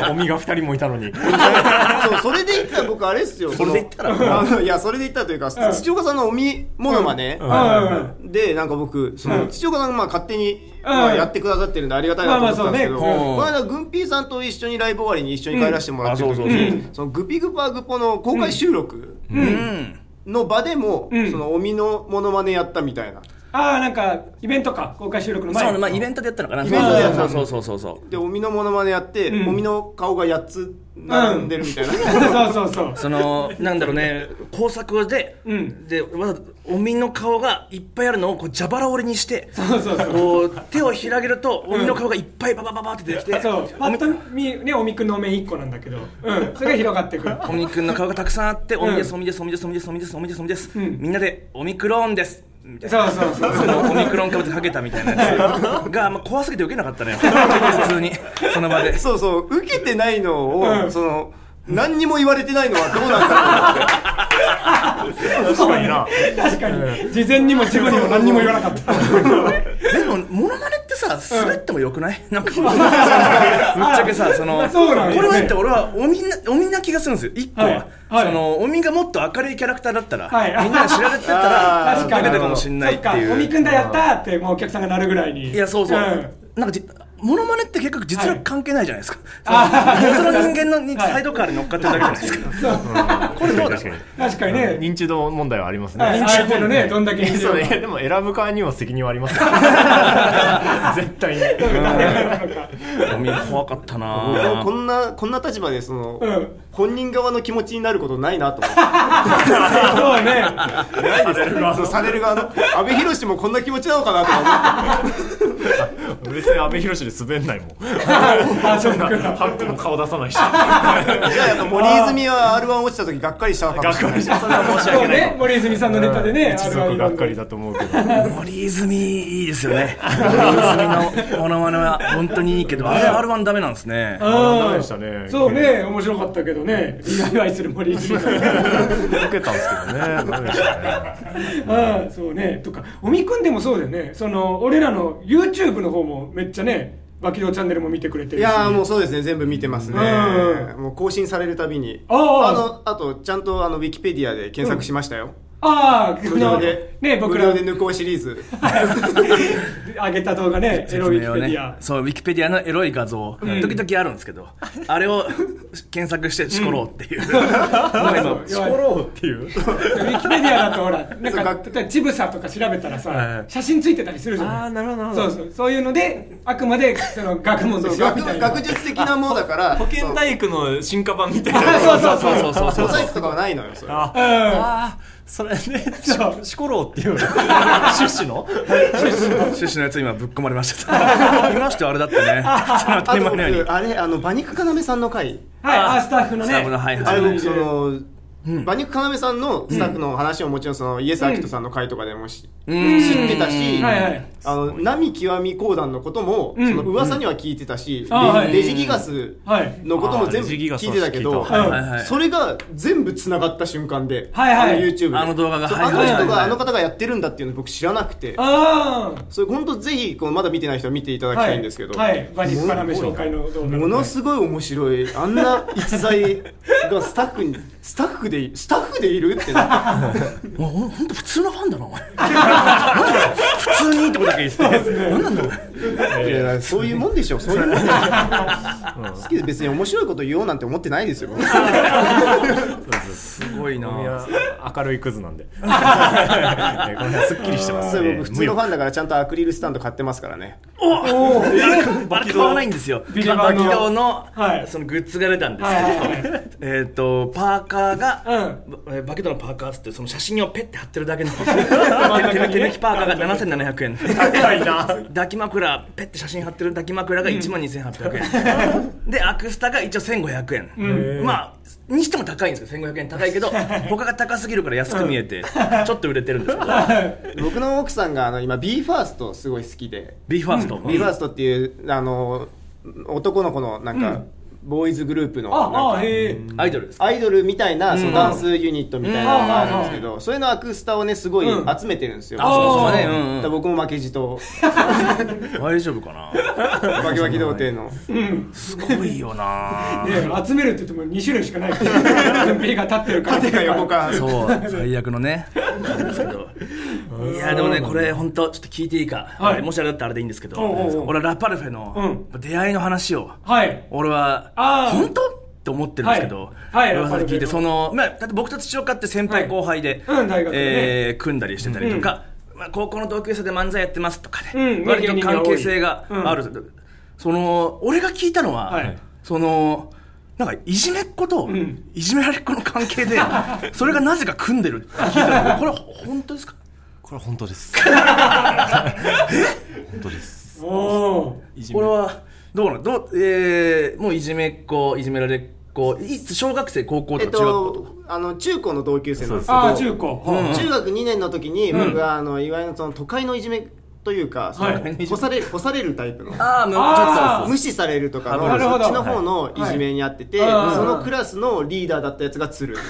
おみが二人もいたのに
そうそれで言ったら僕あれっすよそ
れで言った
らあのいやそれで言ったらというか土岡さんのおみものまね
うん
でなんか僕その土岡さんがまあ勝手に
ん
まあやってくださってるんでありがたいなと思ってたんですけど
まあまあ
そうねうん
この間グンピーさんと一緒にライブ終わりに一緒に帰らせてもらってる時
う
にそのグピグパグポの公開収録
うん
の場でも
うん
そのおみのものまねやったみたいな
ああなんかイベントか公開収録の前
そうねまあイベントでやったのかな
イベントでやったの
そうそうそうそう
でおみのものまねやって
ん
おみの顔が8つ並んでるみたいな
そうそうそうそう
そのなんだろうね工作で、
うん
でわざとおみの顔がいっぱいあるのをこう蛇腹折りにして
そうそうそう
こう手を開けるとおみの顔がいっぱいババババって出てきて、
そうパッと見ねおみくんのお面1個なんだけどうんそれが広がってくる
おみくんの顔がたくさんあって、おみで
う
す、
ん
おみです、おみです、おみです、おみです、おみです、おみです、
ん
みんなで、オミクローンです。みたいな。
そうそうそう
そのオミクロン株ってかけたみたいなやつが、まあ、怖すぎて受けなかったのよ。普通に、その場で。
そうそう受けてないの
う
を
ん
その何にも言われてないのはどうなんだろう
確かにな
確かに事前にも事後にも何にも言わなかった
でも、モノマネってさ、滑ってもよくない、 なんか、ぶっち ゃけさ、その、
まあ そうなんよね
これはって俺は、おみんな、おみんな気がするんですよ、一個は。
はいはい
その、おみがもっと明るいキャラクターだったら、
はい
みんなに知られて たら、
あ
確
ー
か
受
に
けてたかもしれないって
そっかおみ
いう。
くんだやったーってもうお客さんがなるぐらいに
いや、そうそう。
ん
なんかじ、モノマネって結局実力関係ないじゃないですか、
あ
本当の人間 のにサイドカーに乗っかってるだけじゃないですか、これどうだ
確かに
確かにね、
認知度問題はありますね、
はい、相手のね、どんだけ
そ
量
う
が
ね、でも選ぶ側にも責任はあります 絶対に。
お見怖かった
俺も
な
こんなこんな立場でその、
うん
本人側の気持ちになることないなと思って
そうね。
ないです
そうされる側の阿部寛もこんな気持ちなのかなとか思って
別に阿部寛で滑んないもん。
あ、そうか。
ハックも顔出さない し。
いややっぱ森泉は R1 落ちた時がっかりしたのかもしれない
それは申し
そう
訳ない。
ね、森泉さんのネタでね、
一
あるあ
族
る
がっかりだと思うけど。
森泉いいですよね 森泉のモノマネは本当にいいけどあれ R1 ダメなんですね
あ
ダメ
ー
でしたね
そうね、面白かったけどね、意外愛する森泉さん。
受けたんですけどね。ダメでしたね。
ああ、そうね、とか、おみくんでもそうだよね、その、俺らの YouTube の方もめっちゃね、バキドーチャンネルも見てくれて
い
るし。
やーもうそうですね全部見てますね、
う
もう更新されるたびに
あー
のあとちゃんとあのウィキペディアで検索しましたよ、
ああ、こ
無料
の
で、
ね、僕ら
無料で抜こうシリーズ
上げた動画ね、エロウィキペディア。
そうウィキペディアのエロい画像、時々あるんですけどあれを 検索してしころうっていう、
そう
シコローっていう。
ウィキペディアだとほら、なん
そう
か
学、
例えばちぶさとか調べたら
はいは
さ
い、
写真ついてたりするじゃん。
なるほど、な
そうそう、そういうので、あくまで、その、学問ですよ、みた
学
いな。
学術的なものだから
保健体育の進化版みたい
あ
な。
そうそうそう
そうそう
そ
そうう
モザイクとかはないのよそれ
あ
うん。
あー、それね、シシコロー っていう。趣旨の
趣旨のやつ今ぶっ込まれました見ましたよあれだってねその当た
あ
り
と
前のよう
僕
に
あれあの馬肉要さんの回
はい、あスタッフのね。
スタッフのはいはい
あれ僕その、馬肉要さんのスタッフの話をもちろんその、イエス・アキトさんの回とかでもし、
うん
知ってたし、
はいはい
あの波極み講談のことも、
ん
その噂には聞いてたし、
あはい
レジレジギガス
はい。
のことも
あ
全
レ
部
ジギガス
聞
の
いてたけど、
話聞いた
はい
はいはい
それが全部つながった瞬間で、
はいはい
あの YouTube で
あの動画が
そう
はい
あ
は
の
いはい
人があの方がやってるんだっていうの僕知らなくて
ああ。
それ本当ぜひこうまだ見てない人は見ていただきたいんですけど、
はい、はい馬肉要紹介の動画。
ものすごい面白いあんな逸材がスタッフ にスタッフでスタッフでいるってなって
もうほんほんと普通のファンだなお前なんだよ 普通にってことだけ言って何なんだお前
いやそういうもんでしょ そういうもんでしょ好きで別に面白いこと言おうなんて思ってないですよ
すごいな
みんな明るいクズなんで。 ねこの辺はすっきりしてます
そ
ね。
う僕普通のファンだからちゃんとアクリルスタンド買ってますからね
おー。
バリ買わないんですよ
ビリ
ま
バ
あ
ンの
バキドーの、
はい
そのグッズが出たんです
はいはいはい
けど、えっとパーカーが、
う
ばえーバキドーのパーカーっつってその写真をペッて貼ってるだけの手
中にね
抜き手抜きパーカーが7700円
高いな。
抱き枕ペッて写真貼ってる抱き枕が1万2800円、でアクスタが一応1500円、まあにしても高いんですけど1500円高いけど他が高すぎるから安く見えて、ちょっと売れてるんですけど
僕の奥さんがあの今 BE:FIRST すごい好きで
BE:FIRST、
BE:FIRST っていうあの男の子のなんか、ボーイズグループのなんか
あ、あ、へえ。
アイドルです
アイドルみたいなそのダンスユニットみたいなのがあるんですけどそれのアクスタをねすごい
うん
集めてるんですよ、
あ
そもそも
そうね
ね、
うんうん
だから僕も負けじと
大丈夫かな
バキバキ童貞の
うん。
すごいよな
ね集めるって言っても2種類しかないから。準備が立ってるから。
縦か横か
そう最悪のねあれですけどいやでもねこれ本当ちょっと聞いていいか、
はい
もしあれだったらあれでいいんですけど
おうおうおう
俺はラパルフェの出会いの話を、
はい。
俺は
あー
本当って思ってるんですけど、
はいはい
噂で聞いて
ラパルフェの
その、まあ、だって僕と土岡って先輩後輩で、
はいうん大学でね
えー組んだりしてたりとか、まあ、高校の同級生で漫才やってますとかで、
うん
割と
芸人が
関
多い
係性がある、その俺が聞いたのは、
はい
そのなんかいじめっ子と
ん
いじめられっ子の関 係で、それがなぜか組んでるって聞いたのこれ本当ですか
これ本当です。本当です。
おお
これはどうなのどう、えーもういじめっ子いじめられっ子いつ小学生高校と
えっ
か中学校とか、
とあの中高の同級生なんですけど
ああ、中高。
うん
中学2年の時に僕はあのいわゆるその都会のいじめというか、その
はい
干され干されるタイプの
ああ、もう
あー
ちょっと
無視されるとかの
なる
そ
ほ
っ
ど
ちの方のいじめにあってて、
はいはい
そのクラスのリーダーだったやつが鶴、
リ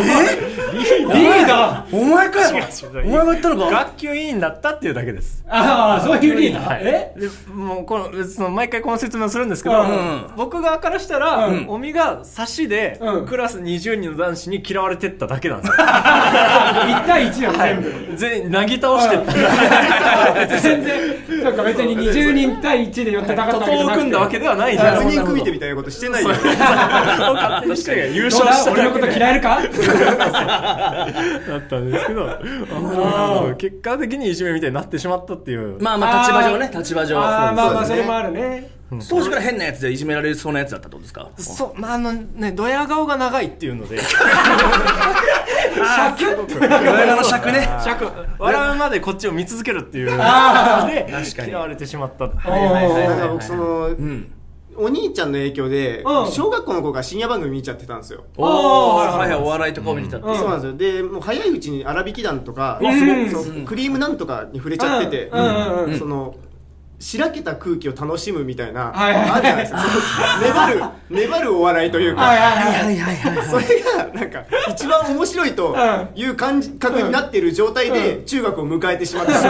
ーダー
お前かよお前が言ったのか
学級委員だったっていうだけです
ああそういうリーダー、
はい
え
でもうこのその毎回この説明をするんですけど、
うん
僕側からしたら、
うん
おみが差しで、
うん
クラス20人の男子に嫌われてっただけなんですよ
1対1よ、全部
全員なぎ倒してった
全然そうか別に20人対1で寄ってたかったわけじゃ
徒
なく
党
て
組んだわけではないじゃん
雑人組手みたいなことしてないよ
勝手にして優
どう
勝
だ
した
俺のこと嫌えるか
だったんですけどうん結果的にいじめみたいになってしまったっていう、
まあまあ立場上ね立場上
ああまあまあ
そ
そう
ですね
れもあるね
当時から変なやつでいじめられそうなやつだったってことですか
そうまああのねドヤ顔が長いっていうので
あキュッと
親の尺ね
尺笑うまでこっちを見続けるっていうで
確かに
嫌われてしまった
なんか僕その、
ん
お兄ちゃんの影響で、
うん
小学校の頃から深夜番組見ちゃってたんですよ、
おお
あー
はいはいお笑いとかを見てたって
うん
そうなんですよでもう早いうちに荒引き団とか、
わすごい
そうクリームなんとかに触れちゃってて、
うんうんうんうん
そのしらけた空気を楽しむみたいな、
はいはい
あるじゃないですか その粘る粘るお笑いというか、
はいはいはい
はいはいはい
それがなんか一番面白いという感覚になってる状態で中学を迎えてしまったんです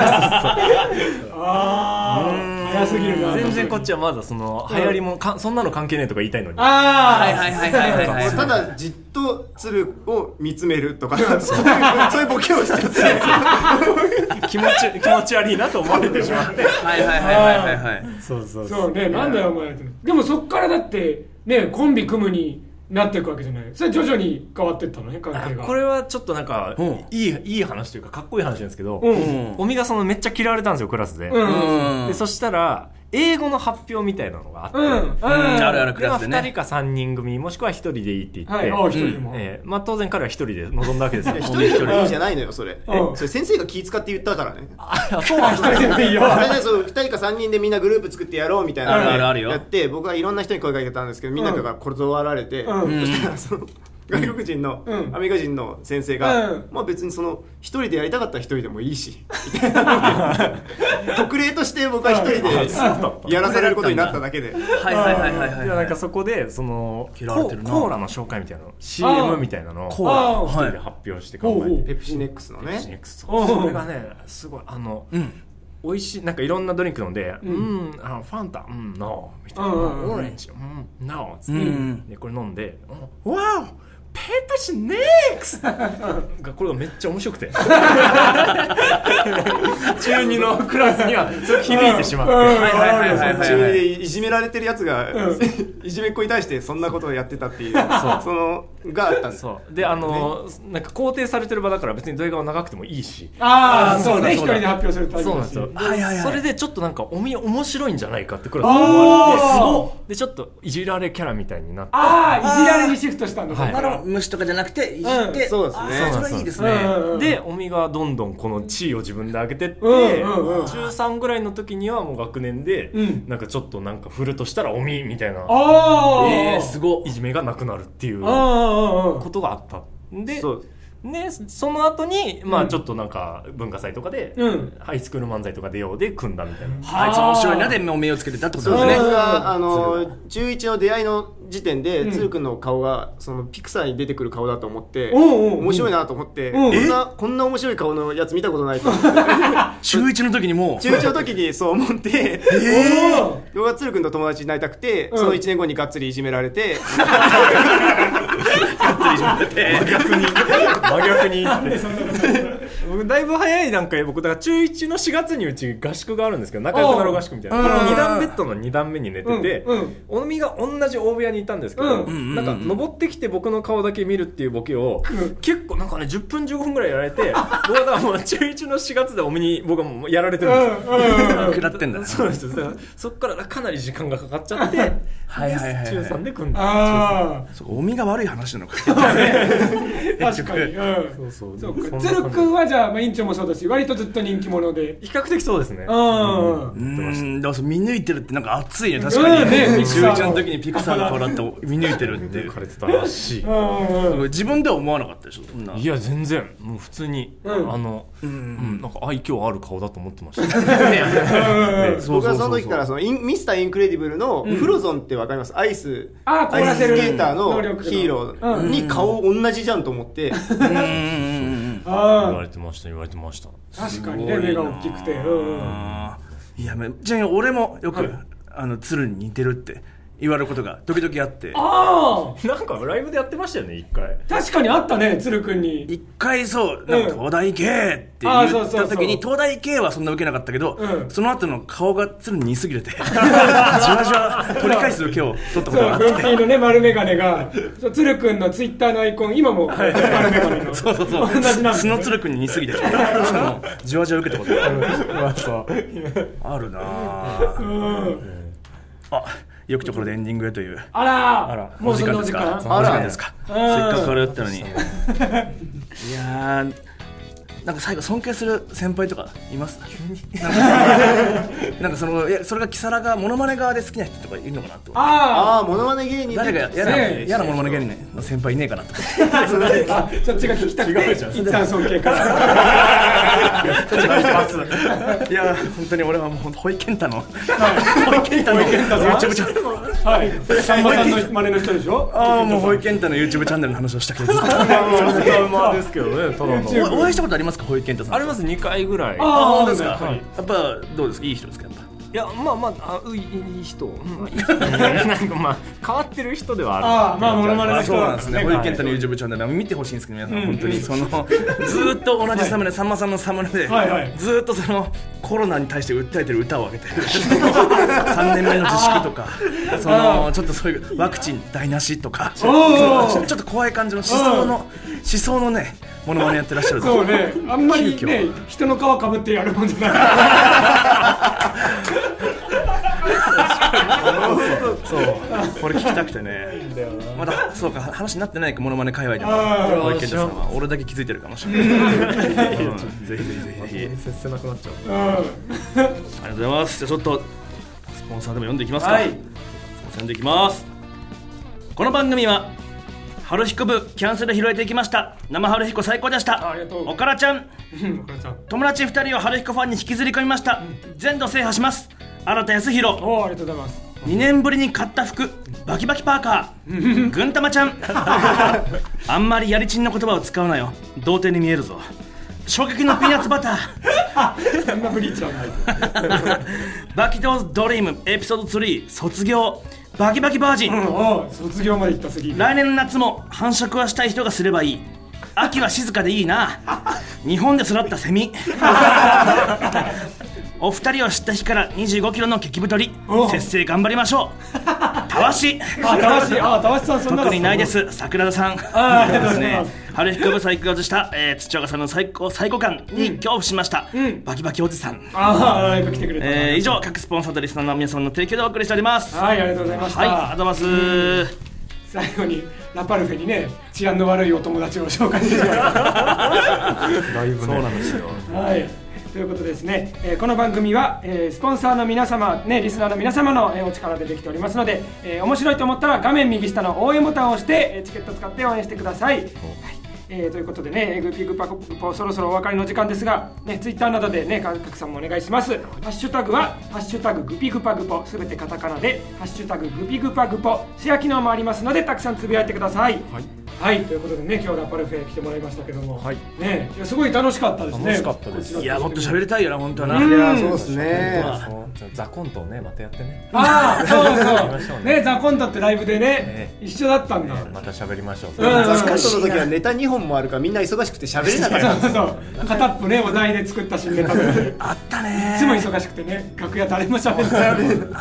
ああ早すぎるな
全然こっちはまだその流行りもかそんなの関係ねえとか言いたいのに
ああ
はいはいはいはいはいはい
ただじっと鶴を見つめるとかそういうそういうボケをしちゃって
気持ち気持ち悪いなと思われてしまって
はいはいはいはいはいはい
そうそうそう
そうねなんだよお前ってでもそっからだってねコンビ組むになっていくわけじゃないそれ徐々に変わってったのね関係が
これはちょっとなんか、
うん
いいいい話というかかっこいい話なんですけど、
うん
おみがそのめっちゃ嫌われたんですよクラスで,、
うんうん
でそしたら英語の発表みたいなのがあって、
うんうん
あるあるク
でま
ラ
あ
スで
2人
ね
か3人組もしくは1人でいいって言って、
はいああ一人でも
ええまあ、当然彼は1人で臨んだわけです よ
一人でもいいじゃないのよそれ
うん
それ先生が気使って言ったからね
そうな ん
一人でもいいよ
それでそう2人か3人でみんなグループ作ってやろうみたいなの
あ
で
るあるあるよ
やって僕はいろんな人に声かけてたんですけどみんなから断られて、
うん
そしたらその外国人の、
うん
アメリカ人の先生が、
うん
まあ別にその一人でやりたかったら一人でもい いし特例として僕は一人でやらされることになっただけで
はいはいはいはいはい
いやなんかそこでその
嫌われてるな
コーコーラの紹介みたいなの
ああ
CM みたいなのを
ーラ
一人で発表して考
おうお
え
う
て
ペプシネックスのね
CX
おう
それがねすごいあの、
うん
美味しいなんかいろんなドリンク飲んで「うんん、あのファンタうんノー」みたいな「
うんうんうん
オレンジうんノー」つっ
う
て、
ん
でこれ飲んで「うんわおペプシネックス! 」がこれがめっちゃ面白く て中二のクラスにはそれ響いてしまって、
うんうん
はいはいはいはいは
中
いはい
でいじめられてるやつが、
うん
いじめっ子に対してそんなことをやってたっていう
う
そのがあったんです
そうであの、なんか肯定されてる場だから別に動画は長くてもいいし
ああそう
そうだ
ね一
そう
人
だ
で発表するタイプ
そうなん
だ
で
し
すよ、
はいはいはい
それでちょっとなんかおみ面白いんじゃないかってクラスに思われて
あー
でちょっといじられキャラみたいになって
ああいじられにシフトしたんだ
はい
なるほど虫とかじゃなくていじ
う
っ
ん
て
そうですね
あーそれはいいです
うん
ね
うんうん
でおみがどんどんこの地位を自分で上げてって、
うんうんうん
中3ぐらいの時にはもう学年で、
うん
なんかちょっとなんか振るとしたらおみみたいな
ああ
えーすご
いじめがなくなるっていう
ああああ
ことがあったで
そう
ね、その後に、ま
う
あ
ん
ちょっとなんか文化祭とかで、
うん
ハイスクール漫才とか出ようで組んだみたいな、
あいつ面白いなで目をつけてたってことですね
僕があの中1の出会いの時点で、鶴くんの顔がそのピクサーに出てくる顔だと思って、
おうおうおう
面白いなと思って、
うん
こんなこんな面白い顔のやつ見たことないと 思って
中一の時にもう
中1の時にそう思って、
おー
僕は鶴くんと友達になりたくて、
ん
その1年後にがっつりいじめられて、
真逆に僕だいぶ早い段階で僕だから中1の4月にうち合宿があるんですけど仲良くなろう合宿みたいな
うん
2段ベッドの2段目に寝てて
うんうん
おみが同じ大部屋にいたんですけど、
うん
なんか登ってきて僕の顔だけ見るっていうボケを、結構なんかね10分15分ぐらいやられて僕はだからもう中1の4月でおみに僕はもうやられてるんですよ、
食らってんだな
そうなんですよだからそっからかなり時間がかかっちゃって
はいはいはい
中3で組んだ
あ
そうかお身が悪い話なのか
あ確かにうん
そうそ
そ
うそ
う
んな
か
感じ
鶴くんはじゃら、まあ、院長もそうだし割とずっと人気者で
比較的そうですね。
うん、
うーん、だからそう見抜いてるってなんか熱いね、確か
うん
に。
ね
ね、
ピクサー
中一の時にピクサーの顔だって見抜いてるっていう
抜。かれてたらしい。
うんうん
自分では思わなかったでしょ、そんな。
いや全然もう普通に、
うん
あの、うんなんか愛嬌ある顔だと思ってました
ねそ
僕はその時からそのインミスターインクレディブルのフロゾンってわかりますアイス
あー
ア
凍ら
イス
せ
ス
る
ケーター
能
の
力の
ヒーローに顔同じじゃんと思って
うんうんうんうん
言
あ
われてました言われてました
あ確かにね目が大きくてうんうん
あーいや、まあちなみに俺もよく、あの、鶴に似てるって言われることが時々あって。
ああ
なんかライブでやってましたよね一 回
確かにあったね鶴くんに
一回そう、なんか
うん
東大系って言
あーそう
っ
そう
た
そう
時に、東大系はそんな受けなかったけど、
うん
その後の顔が鶴に似すぎ てて、じわじわ取り返す受けを取ったこ
そう
とがあっ
ロッキーのね丸眼鏡がそう鶴くんのツイッターのアイコン今も丸眼鏡の
そうそうそう。
同じなんだ
素の鶴くんに似すぎて、そのじわじわ受けたことがある
まあそう
あるなぁ
うん
あ、良きところでエンディングへという。
あら
あら
もうそんなお
お
時
時間
間
ですか。
あ
お
ら
時間ですか。せっかくあれだったのに。いやー。なんか最後尊敬する先輩とかいますなんかなんかそのいやそれがキサラがモノマネ側で好きな人とかいるのかなって思って
あ
ああモノマネ芸人
誰が嫌な
せー
嫌なモノマネ芸人の先輩いねえかなと思って
ーあそっちが聞きたくて一旦尊敬から
いや本当に俺はもう本当保育健太の 保育健太の YouTube チャンネル
はいさんまさんの真似の人でしょ
ああもう保育健太の YouTube チャンネルの話をしたけどずっと
まあですけどねただの
YouTube
おお会いしたことありますか保育健太さん
あります2回ぐらい
あ
あ
ー
本当ですか、
は
やっぱどうですかいい人ですかやっぱ
いやまあまああういいい人、うんまあ、いい人なんかまあ変わってる人ではある
あーまあモノマネの
あ
人
そう
は
なんですね。
はい
堀健太の YouTube チャンネル見てほしいんですけど皆さん本当に そのずーっと同じサムネさんまさんのサムネでず
はいはい
ーっとそのコロナに対して訴えてる歌を上げ てる3年目の自粛とかそのちょっとそういうワクチン台無しとかそのちょちょっと怖い感じの思想の思想のねモノマネやってらっしゃると
そうねあんまり
急
ね
遽
人の皮かぶってやるもんじゃない
そうこれ聞きたくてねまだそうか話になってないかモノマネ界隈でも
あー
堀健太さんは俺だけ気づいてるかもしれない うんぜひぜひぜひぜひ
接せなくなっちゃう
うん
ありがとうございます。じゃあちょっとスポンサーでも読んでいきますか。
はい
スポンサー読んでいきます。この番組は春彦部キャンセル拾えていきました。生春彦最高でした。
ありがとう
おからちゃん、
うん岡田さん
友達二人を春彦ファンに引きずり込みました。全土制覇します。新田康弘。
おおありがとうございます
2年ぶりに買った服バキバキパーカ ーぐんたまちゃんあんまりやりちんの言葉を使うなよ童貞に見えるぞ衝撃のピーナッツバタ
そんなブリーチはない
ーバキドーズドリームエピソード3卒業バキバキバージン、
おお卒業まで行った次
来年の夏も繁殖はしたい人がすればいい秋は静かでい いな日本で育ったセミお二人を知った日から2 5キロの激太り
お
節制頑張りましょうたわ し
あたわしあたわしさんそんなの
特にないです桜田さん
あーありが
そうですね
とうございます
春彦部最高とした、えー土岡さんの最高最高感に恐怖しました、
ん
バキバキおじさん、
ああライブ来てくれたな
えー以上各スポンサーとリスナーの皆様の提供でお送りしておりますはい
はいありがとうございました、
ありがとうございます
最後にラパルフェにね治安の悪いお友達を紹介してください
だいぶねそうなんですよ
はい、ということですね、えーこの番組は、えースポンサーの皆様、ね、リスナーの皆様の、えーお力でできておりますので、えー面白いと思ったら画面右下の応援ボタンを押して、えーチケット使って応援してください。はいえーということでね、えーグピグパコグパそろそろお別れの時間ですが、ね、ツイッターなどでね、か拡散もお願いします。ハッシュタグは、ハッシュタググピグパグポ、すべてカタカナで、ハッシュタググピグパグポ、シェア機能もありますので、たくさんつぶやいてください。はい、ということでね、今日ラパルフェ来てもらいましたけども、
はい
ね、いやすごい楽しかったですね。
楽しかったです
いやもっと喋りたいよな本当はな、
うん
いやそうですね
ザコントをねまたやってね
ああ、
やりま
そう
し
そ
ょ
う。
う
ね、
ね
ザ・コントってライブでね
ね、
一緒だったんだ。
また喋りましょう、
うん
ザカントの時はネタ2本もあるからみんな忙しくて喋れなかったんで
そう
す
そ
よ
う。片っぽね、お題で作った新ネタとかで。い
あったね
つも忙しくてね、楽屋誰も喋ってない。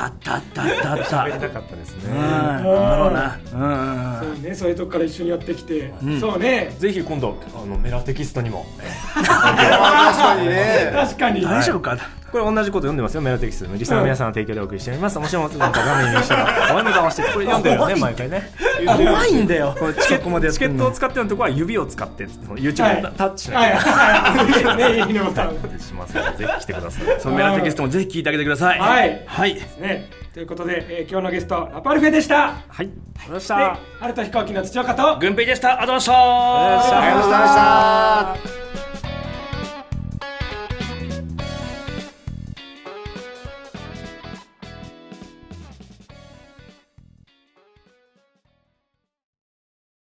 あったあったあったあった
喋りたかったです
うん
ね
頑張ろうなう
そ
ん
うね、そういうとこから一緒にやってきて。そうね。
ぜひ今度あのメラテキストにも
確かにね
確かに。
大丈夫か、
これ同じこと読んでますよメロテキストでもリスナーの皆さんの提供でお送りしておりますもしもなんか画面にしたら俺の騙してこれ読んでるよね毎回ね
怖いんだよ
チケ
そこまでや
チ
っ
ケ
て
ッ
ん
トを
の
使ってのところは指を使ってその YouTube
はい
をタッチしなきゃ
はいはい はいねいいねボタン
いけないしますのでぜひ来てください
そのメラテキストもぜひ聞いてあげてください
はい
はい
ねということで、えー今日のゲストラパルフェでした
はいありがとうございまし
で
た
春田飛行機の土岡と
軍平でしたありがとうございました
ありがとうございました
ありがとうございました。